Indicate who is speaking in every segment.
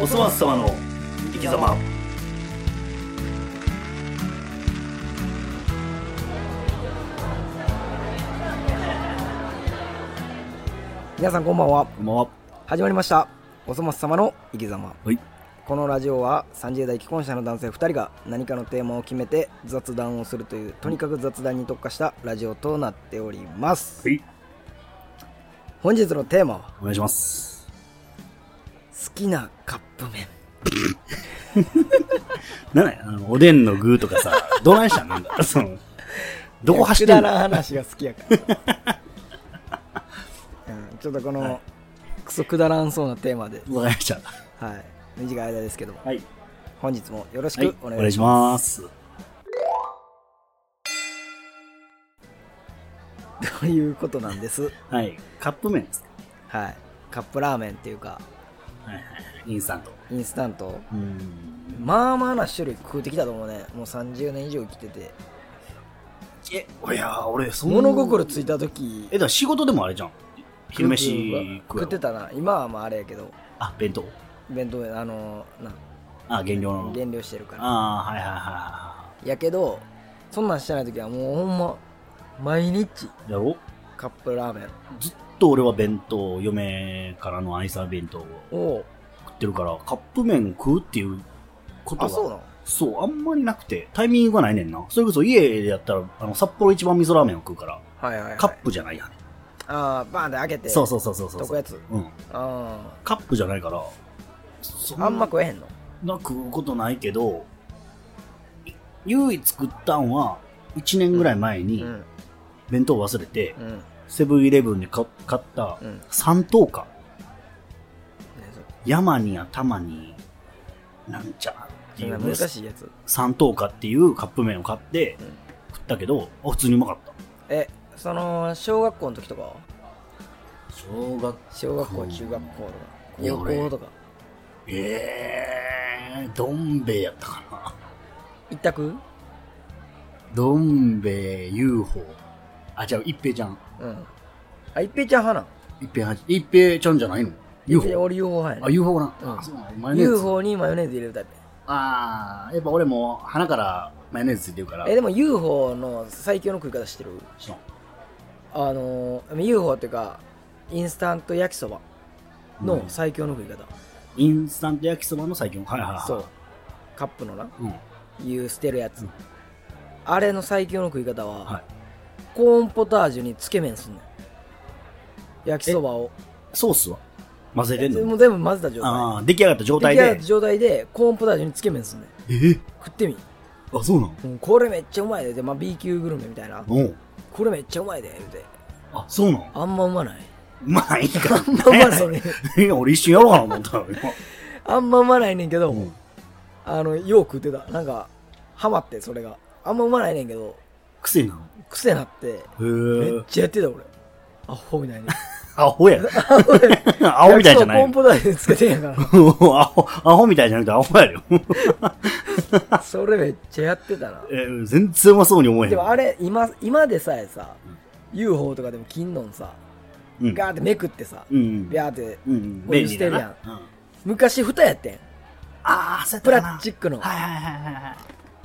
Speaker 1: おそ松様の生き様
Speaker 2: 皆さんこんばんは
Speaker 1: こんばんは
Speaker 2: 始まりましたおそ松様の生き様
Speaker 1: はい
Speaker 2: このラジオは30代既婚者の男性2人が何かのテーマを決めて雑談をするというとにかく雑談に特化したラジオとなっております
Speaker 1: はい
Speaker 2: 本日のテーマは
Speaker 1: お願いします
Speaker 2: 好きなカップ麺
Speaker 1: なんだよあのおでんの具とかさ どないしたんなんだそのどこ走って
Speaker 2: いや
Speaker 1: ん
Speaker 2: くだら
Speaker 1: の
Speaker 2: ん話が好きやから、 うん、ちょっとこの、クソくだらんそうなテーマで、
Speaker 1: わかりました
Speaker 2: はい、短い間ですけども
Speaker 1: はい
Speaker 2: 本日もよろし
Speaker 1: はい
Speaker 2: くお
Speaker 1: お
Speaker 2: 願
Speaker 1: 願
Speaker 2: い
Speaker 1: い
Speaker 2: し
Speaker 1: し
Speaker 2: ま
Speaker 1: ます
Speaker 2: す、ということなんです
Speaker 1: はいカップ麺です
Speaker 2: はいカップラーメンっていうか
Speaker 1: はいはいはいインスタント
Speaker 2: インスタント
Speaker 1: うん
Speaker 2: まあまあな種類食うてきたと思うねもう30年以上生きてて
Speaker 1: えいや俺そんな
Speaker 2: 物心ついた時
Speaker 1: えだから仕事でもあれじゃん昼飯食う
Speaker 2: 食
Speaker 1: や
Speaker 2: っ
Speaker 1: ろ
Speaker 2: てたな今はまああれやけど
Speaker 1: あ弁当
Speaker 2: 弁当あのな
Speaker 1: あ減量の
Speaker 2: 減量してるから
Speaker 1: ああはいはいは
Speaker 2: やけどそんなんしてない時はもうほんま毎
Speaker 1: い
Speaker 2: 日
Speaker 1: はいだろ
Speaker 2: カップラーメ
Speaker 1: ずっと俺は弁当嫁からの愛妻弁当を
Speaker 2: ンを
Speaker 1: 食ってるからカップ麺食うっていうこと
Speaker 2: あ
Speaker 1: が
Speaker 2: そうなの
Speaker 1: そうあんまりなくてタイミングがないねんなそれこそ家でやったらあの札幌一番味噌ラーメンを食うから
Speaker 2: はいはい、はい、
Speaker 1: カップじゃないやん、
Speaker 2: ああバーンって開けて
Speaker 1: そうそうそうそうそう
Speaker 2: とこやつ
Speaker 1: うん、
Speaker 2: あ
Speaker 1: カップじゃないからそ
Speaker 2: ーあんま食えへんの
Speaker 1: な食うことないけど唯一食ったんは1年ぐらい前
Speaker 2: う
Speaker 1: に
Speaker 2: ん
Speaker 1: 弁当忘れて、
Speaker 2: うん
Speaker 1: セブンイレブンで買買った
Speaker 2: うん
Speaker 1: 三等価
Speaker 2: ねそ
Speaker 1: 山に頭になんちゃらって
Speaker 2: そ
Speaker 1: い
Speaker 2: んな
Speaker 1: う
Speaker 2: 難しいやつ
Speaker 1: 三等価っていうカップ麺を買って
Speaker 2: うん
Speaker 1: 食ったけど、あ普通にうまかった
Speaker 2: えその小学校の時とかは
Speaker 1: 小学
Speaker 2: 小学校中学校とか旅
Speaker 1: 俺
Speaker 2: 行とか
Speaker 1: えー、どん兵衛やったかな
Speaker 2: 一択
Speaker 1: どん兵衛 UFO あ違う一平ちゃん
Speaker 2: うんあ一平ちゃん派
Speaker 1: 一平はじ一平ちゃんじゃないの
Speaker 2: なん
Speaker 1: UFO
Speaker 2: 俺 UFO 派や
Speaker 1: あ
Speaker 2: ね
Speaker 1: UFO な、
Speaker 2: うん
Speaker 1: あそうなのマヨネーズ
Speaker 2: UFO にマヨネーズ入れるタイプ
Speaker 1: ああやっぱ俺も鼻からマヨネーズついてるから
Speaker 2: えでも UFO の最強の食い方知ってる
Speaker 1: 知らん
Speaker 2: あのー UFO っていうかインスタント焼きそばの
Speaker 1: うん
Speaker 2: 最強の食い方、
Speaker 1: インスタント焼きそばの最強はいはいはい
Speaker 2: そうカップのな
Speaker 1: うん、
Speaker 2: 湯捨てるやつ、
Speaker 1: うん
Speaker 2: あれの最強の食い方は、
Speaker 1: はい
Speaker 2: コーンポタージュにつけ麺すんねん焼きそばを
Speaker 1: ソースは混ぜれんの
Speaker 2: もう全部混ぜた状態
Speaker 1: ああ出来上がった状態
Speaker 2: 出来上が
Speaker 1: で
Speaker 2: った状態でコーンポタージュにつけ麺すんねん
Speaker 1: えー
Speaker 2: 食ってみ
Speaker 1: あそうなの
Speaker 2: うんこれめっちゃうまいでで、まあ、B 級グルメみたいな
Speaker 1: うん
Speaker 2: これめっちゃうまいで言うて
Speaker 1: あそうなの
Speaker 2: あんまう まない
Speaker 1: まあいいか
Speaker 2: あんまうまない
Speaker 1: い や俺一瞬やろうかなと思ったの今
Speaker 2: あんまうまないねんけど、
Speaker 1: うん
Speaker 2: あのよう食ってたなんかハマってそれがあんまうまないねんけど
Speaker 1: 癖なの
Speaker 2: 癖なってめ
Speaker 1: へえ
Speaker 2: っちゃやってた俺アホみたいに
Speaker 1: アホやアホみたいじゃない
Speaker 2: 焼きそばコーンポタージュにつけてんやか
Speaker 1: アホアホみたいじゃなくてアホやでよ
Speaker 2: らそれめっちゃやってたな
Speaker 1: えー全然うまそうに思えへん
Speaker 2: でもあれ今今でさえさ UFO とかでも金のんさ
Speaker 1: うん
Speaker 2: ガーってめくってさ
Speaker 1: うんうん
Speaker 2: ビャーって
Speaker 1: うんうん
Speaker 2: お湯
Speaker 1: 便利だな
Speaker 2: 捨て
Speaker 1: うん
Speaker 2: 昔蓋やってん
Speaker 1: ああそうやったか
Speaker 2: プラ
Speaker 1: な
Speaker 2: スチックの
Speaker 1: はいはいはいはいはい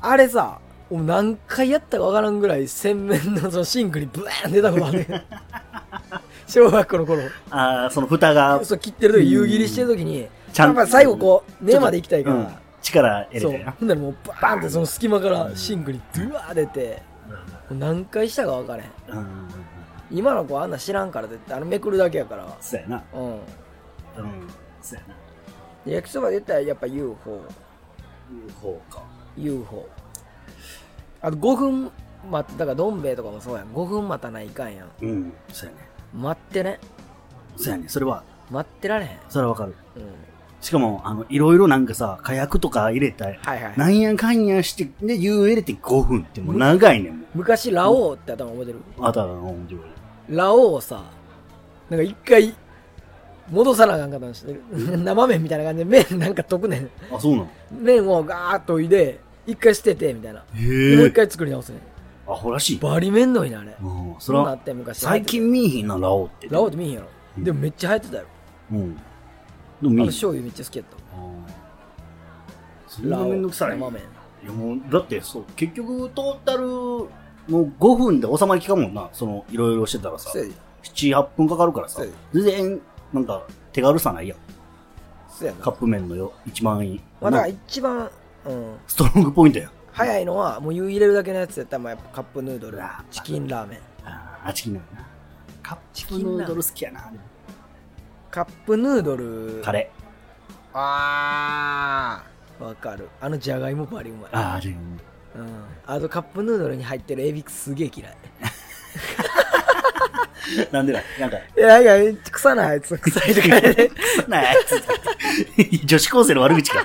Speaker 2: あれさ、もう何回やったかわからんぐらい洗面のそのシンクにブワーン出たこと ある小学校の頃。
Speaker 1: ああその蓋が
Speaker 2: そう切ってる時、夕切りしてる時に、
Speaker 1: ちゃん
Speaker 2: やっぱ最後こう、
Speaker 1: ちょ
Speaker 2: 根
Speaker 1: っと
Speaker 2: まで行きたいか
Speaker 1: うん
Speaker 2: ら、
Speaker 1: 力入れ
Speaker 2: そう。
Speaker 1: てな
Speaker 2: ほんならもうバーンってその隙間からシンクにドゥワー出て、もう何回したかわからへん。
Speaker 1: うんうんうんうん
Speaker 2: 今の子あんな知らんから絶対、あのめくるだけやから。
Speaker 1: そうやな
Speaker 2: うん。
Speaker 1: うんそうやな
Speaker 2: で焼きそばで言ったらやっぱ UFO、
Speaker 1: 方か
Speaker 2: UFO。あと5分待って、だからどん兵衛とかもそうやん。5分待たないかんやん。
Speaker 1: うんそうやね
Speaker 2: 待ってね。
Speaker 1: そうやねそれは
Speaker 2: 待ってられへん、
Speaker 1: それはわかる
Speaker 2: うん、
Speaker 1: しかもあのいろいろなんかさ火薬とか入れたり
Speaker 2: はいはい
Speaker 1: なんやかんやしてで湯入れて5分ってもう長いねんも
Speaker 2: 昔ラオウって頭覚えてる、
Speaker 1: うあたらの面白い
Speaker 2: ラオウをさなんか一回戻さなあかんかったんしてる生麺みたいな感じで麺なんか溶くねん
Speaker 1: あそうなの
Speaker 2: 麺をガーッといで一回捨ててみたいな、も
Speaker 1: へ
Speaker 2: う一
Speaker 1: え
Speaker 2: 回作り直すねん
Speaker 1: アホらしい
Speaker 2: バリめんどいなあれ
Speaker 1: うんそ
Speaker 2: そ
Speaker 1: れ
Speaker 2: うな
Speaker 1: は
Speaker 2: って昔
Speaker 1: 最近見えひんなラオウって
Speaker 2: ラオウっ
Speaker 1: ウ
Speaker 2: て見えへんやろ、
Speaker 1: うん
Speaker 2: でもめっちゃ流行ってたよ
Speaker 1: うんの
Speaker 2: の
Speaker 1: 見に
Speaker 2: 醤油めっちゃ好きやった
Speaker 1: そんなめんどくさい
Speaker 2: ラーメン
Speaker 1: いやもうだってそう結局トータルもう5分で収まりきかんもんなそのいろいろしてたらさ
Speaker 2: そうやで
Speaker 1: 78分かかるからさ
Speaker 2: そうやで
Speaker 1: 全然なんか手軽さないやん
Speaker 2: そうやな
Speaker 1: カップ麺のよ1万円、
Speaker 2: まあだか
Speaker 1: な
Speaker 2: ら一番、うん、
Speaker 1: ストロングポイントや
Speaker 2: 早いのはもう湯入れるだけのやつやったらまあやっぱカップヌードル
Speaker 1: あ
Speaker 2: チキンラーメン
Speaker 1: あーあチキンだよなカッ
Speaker 2: チ
Speaker 1: プ
Speaker 2: キン
Speaker 1: ヌ
Speaker 2: ラーメ
Speaker 1: ー
Speaker 2: ン
Speaker 1: ドル好きやな
Speaker 2: カップヌードル
Speaker 1: カレ
Speaker 2: あーわかるあのじゃがいもバリうまい
Speaker 1: ーあああれ
Speaker 2: うん、あとカップヌードルに入ってるエビすげえ嫌い
Speaker 1: なんでだなんか
Speaker 2: いやいや臭ないあいつ臭いとかで
Speaker 1: なんやあい つ女子高生の悪口か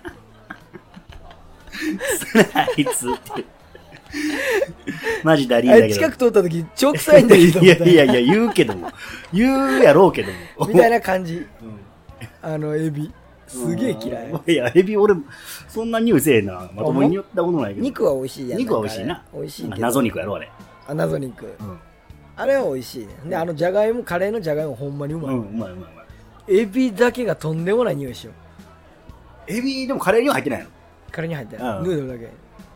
Speaker 1: あいつってマジダリー
Speaker 2: あ
Speaker 1: だけ
Speaker 2: れ
Speaker 1: ど
Speaker 2: 近く通った時超臭いんだけど
Speaker 1: い
Speaker 2: み
Speaker 1: や
Speaker 2: たい
Speaker 1: いやいや言うけども言うやろうけど
Speaker 2: な
Speaker 1: も
Speaker 2: みたいな感じ
Speaker 1: うん
Speaker 2: あのエビすげえ嫌い
Speaker 1: いやエビ俺そんな匂いせえなまともに匂ったことないけど
Speaker 2: 肉は美味しいやん
Speaker 1: 肉は美味しいな
Speaker 2: あれ美味しい
Speaker 1: なんか
Speaker 2: けど
Speaker 1: 謎肉やろあれ
Speaker 2: あ謎肉
Speaker 1: うん
Speaker 2: あれは美味しいねであのじゃがいもカレーのじゃがいもほんまにうま
Speaker 1: う
Speaker 2: い、
Speaker 1: んうまいうまいうまい
Speaker 2: エビだけがとんでもない匂いしよう
Speaker 1: エビでもカレーには入ってないの
Speaker 2: カレーに入ってる、
Speaker 1: うん
Speaker 2: ヌードルだけ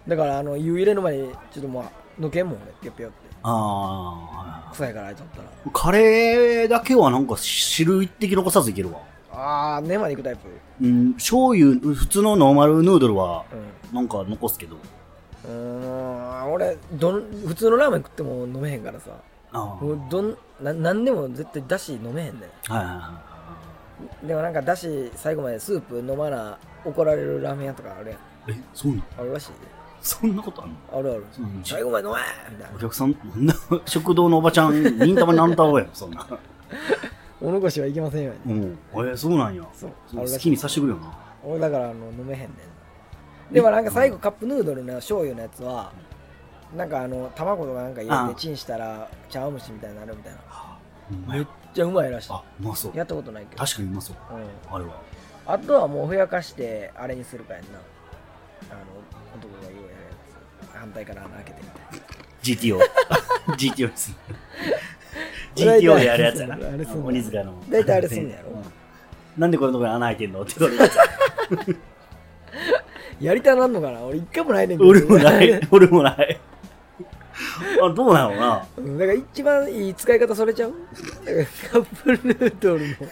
Speaker 2: だからあの湯入れる前にちょっとまあのけんもん俺ピョピョって
Speaker 1: あ
Speaker 2: 臭いからあいつだったら
Speaker 1: あカレーだけはなんか汁一滴残さずいけるわ
Speaker 2: ああ根までいくタイプ
Speaker 1: うん醤油普通のノーマルヌードルは
Speaker 2: うん
Speaker 1: なんか残すけど
Speaker 2: うーん俺どん普通のラーメン食っても飲めへんからさ
Speaker 1: ああ
Speaker 2: もうどんな何でも絶対だし飲めへんね
Speaker 1: はいはいはい
Speaker 2: んでもなんかだし最後までスープ飲まな怒られるラーメン屋とかあるやん
Speaker 1: えそうなの
Speaker 2: あるらしいで
Speaker 1: そんなことあんの
Speaker 2: あるある
Speaker 1: そんな
Speaker 2: 最後まで飲めみたいな
Speaker 1: お客さん、んな食堂のおばちゃん、忍たまなんたおやん、そんな。
Speaker 2: お残しはいけませんよね
Speaker 1: うん。えーそうなんや。
Speaker 2: そうあ
Speaker 1: 好
Speaker 2: るらし
Speaker 1: き
Speaker 2: い
Speaker 1: にさしてくれよな。
Speaker 2: 俺だからあの飲めへんねんでもなんか最後カップヌードルの醤油のやつはなんかあの卵とかなんか入れてチンしたら茶碗蒸しみたいになるみたいな
Speaker 1: うん
Speaker 2: めっちゃうまいらしい
Speaker 1: あ、うまそう。
Speaker 2: やったことないけど、
Speaker 1: 確かにうまそう。
Speaker 2: うん、
Speaker 1: あれは。
Speaker 2: あとはもうふやかしてあれにするかやんなあの男がようやるやつ反対から穴開けてみたい
Speaker 1: GTO。GTO でする。
Speaker 2: 大体
Speaker 1: GTO でやるやつやな
Speaker 2: あれすん。の
Speaker 1: 鬼塚の。
Speaker 2: 大体あれすんのやろ
Speaker 1: うなんでこのところに穴開いてんの って言われた。
Speaker 2: やりたなんのかな俺一回もないねんけど
Speaker 1: 俺もな
Speaker 2: う
Speaker 1: い。俺もない。あ、どうなのな。
Speaker 2: んだから一番いい使い方それちゃうだからカップヌードルの
Speaker 1: 好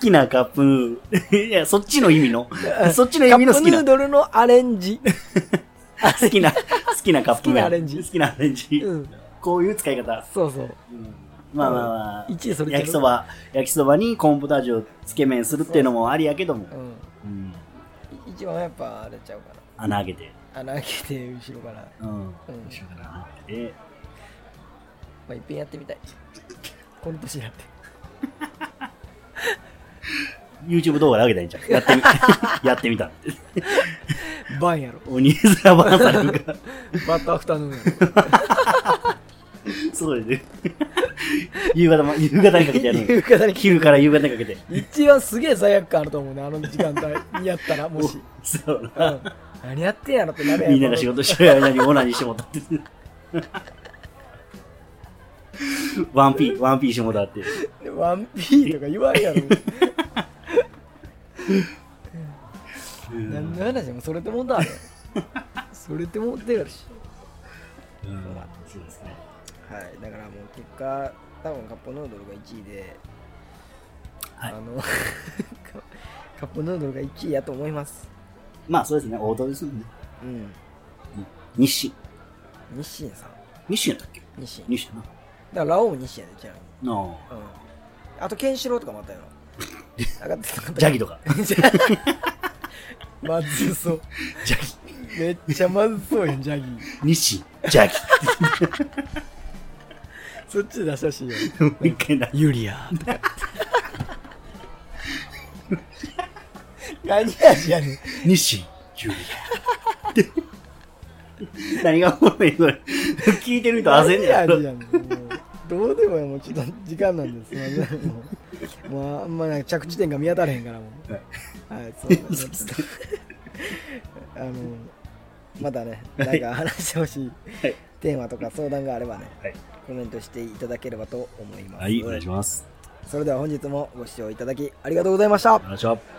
Speaker 1: きなカップヌー、いや、そっちの意味 の。そっちの意
Speaker 2: カ
Speaker 1: 味の
Speaker 2: ップ
Speaker 1: 好き
Speaker 2: ヌー
Speaker 1: な。
Speaker 2: ドルのアレンジ、
Speaker 1: 好きな、好きなカップ麺。
Speaker 2: 好きなアレンジ
Speaker 1: 好きなアレンジ。
Speaker 2: うん、
Speaker 1: こういう使い方。
Speaker 2: そうそう
Speaker 1: まあまあまあ、
Speaker 2: 一位それちゃう
Speaker 1: 焼きそば、焼きそばにコーンポタージュをつけ麺するっていうのもありやけども、
Speaker 2: う
Speaker 1: うん、
Speaker 2: ん、一番やっぱあれちゃうか
Speaker 1: 穴開けて、
Speaker 2: な穴開けて後ろから、ま
Speaker 1: うん、
Speaker 2: うん
Speaker 1: 後ろから穴開けて、
Speaker 2: あ、いっぺんやってみたいこの年になって
Speaker 1: YouTube 動画で上げたらいいんじゃん。やってみ、や ってみたって。
Speaker 2: バンやろ
Speaker 1: 鬼面ばあさんが、
Speaker 2: バッターアフタヌーンや
Speaker 1: そうですね。夕方も、夕方にかけてや
Speaker 2: ろ
Speaker 1: る。
Speaker 2: 夕方に
Speaker 1: 昼から夕方にかけて。
Speaker 2: 一番すげえ罪悪感あると思うねあの時間帯にやった らもし、
Speaker 1: そう
Speaker 2: う
Speaker 1: な。
Speaker 2: ん、何やってんやろってなるや
Speaker 1: みんなが仕事してる間にオナにしてもたって。 ワンピー、ワンピーしてもたって。
Speaker 2: ワンピーとか言わんや ろ
Speaker 1: うん
Speaker 2: 何の話もそれでもうたあれそれでもうてるし
Speaker 1: うんそうですね。
Speaker 2: はいだからもう結果多分カップヌードルが1位で、
Speaker 1: はい
Speaker 2: あの カップヌードルが1位やと思います
Speaker 1: まあそうですね、王道ですもんね。
Speaker 2: うん
Speaker 1: 日清。
Speaker 2: 日清さん
Speaker 1: 日清やったっけ
Speaker 2: 日
Speaker 1: 日
Speaker 2: 清
Speaker 1: 清や
Speaker 2: だからラオウも日清やでちなみ
Speaker 1: な。
Speaker 2: に
Speaker 1: な
Speaker 2: うんあとケンシロウとかも あったよな上がってなかっ
Speaker 1: あ。
Speaker 2: た
Speaker 1: ジャギとか。
Speaker 2: まずそう
Speaker 1: ジャギ。
Speaker 2: めっちゃまずそうやんジャギー
Speaker 1: 日清。ジャギ。
Speaker 2: そっち出したらしいよ
Speaker 1: も う一回な。
Speaker 2: ユリア 何味やねん
Speaker 1: 日清。ジュリア。何がおもろいそれ。聞いてる人焦んね
Speaker 2: 何
Speaker 1: や
Speaker 2: 味
Speaker 1: ろ。
Speaker 2: やねんもうどうでもいいもうちょっと時間なんですすいませんもうもうあんまなんか着地点が見当たらへんからもう
Speaker 1: はい
Speaker 2: はいそうなんですあのまだねなんか話してほしい
Speaker 1: はい
Speaker 2: テーマとか相談があればね
Speaker 1: はい
Speaker 2: コメントしていただければと思います、
Speaker 1: はい、お願いします。
Speaker 3: それでは本日もご視聴いただきありがとうございました
Speaker 2: ありがとうございました。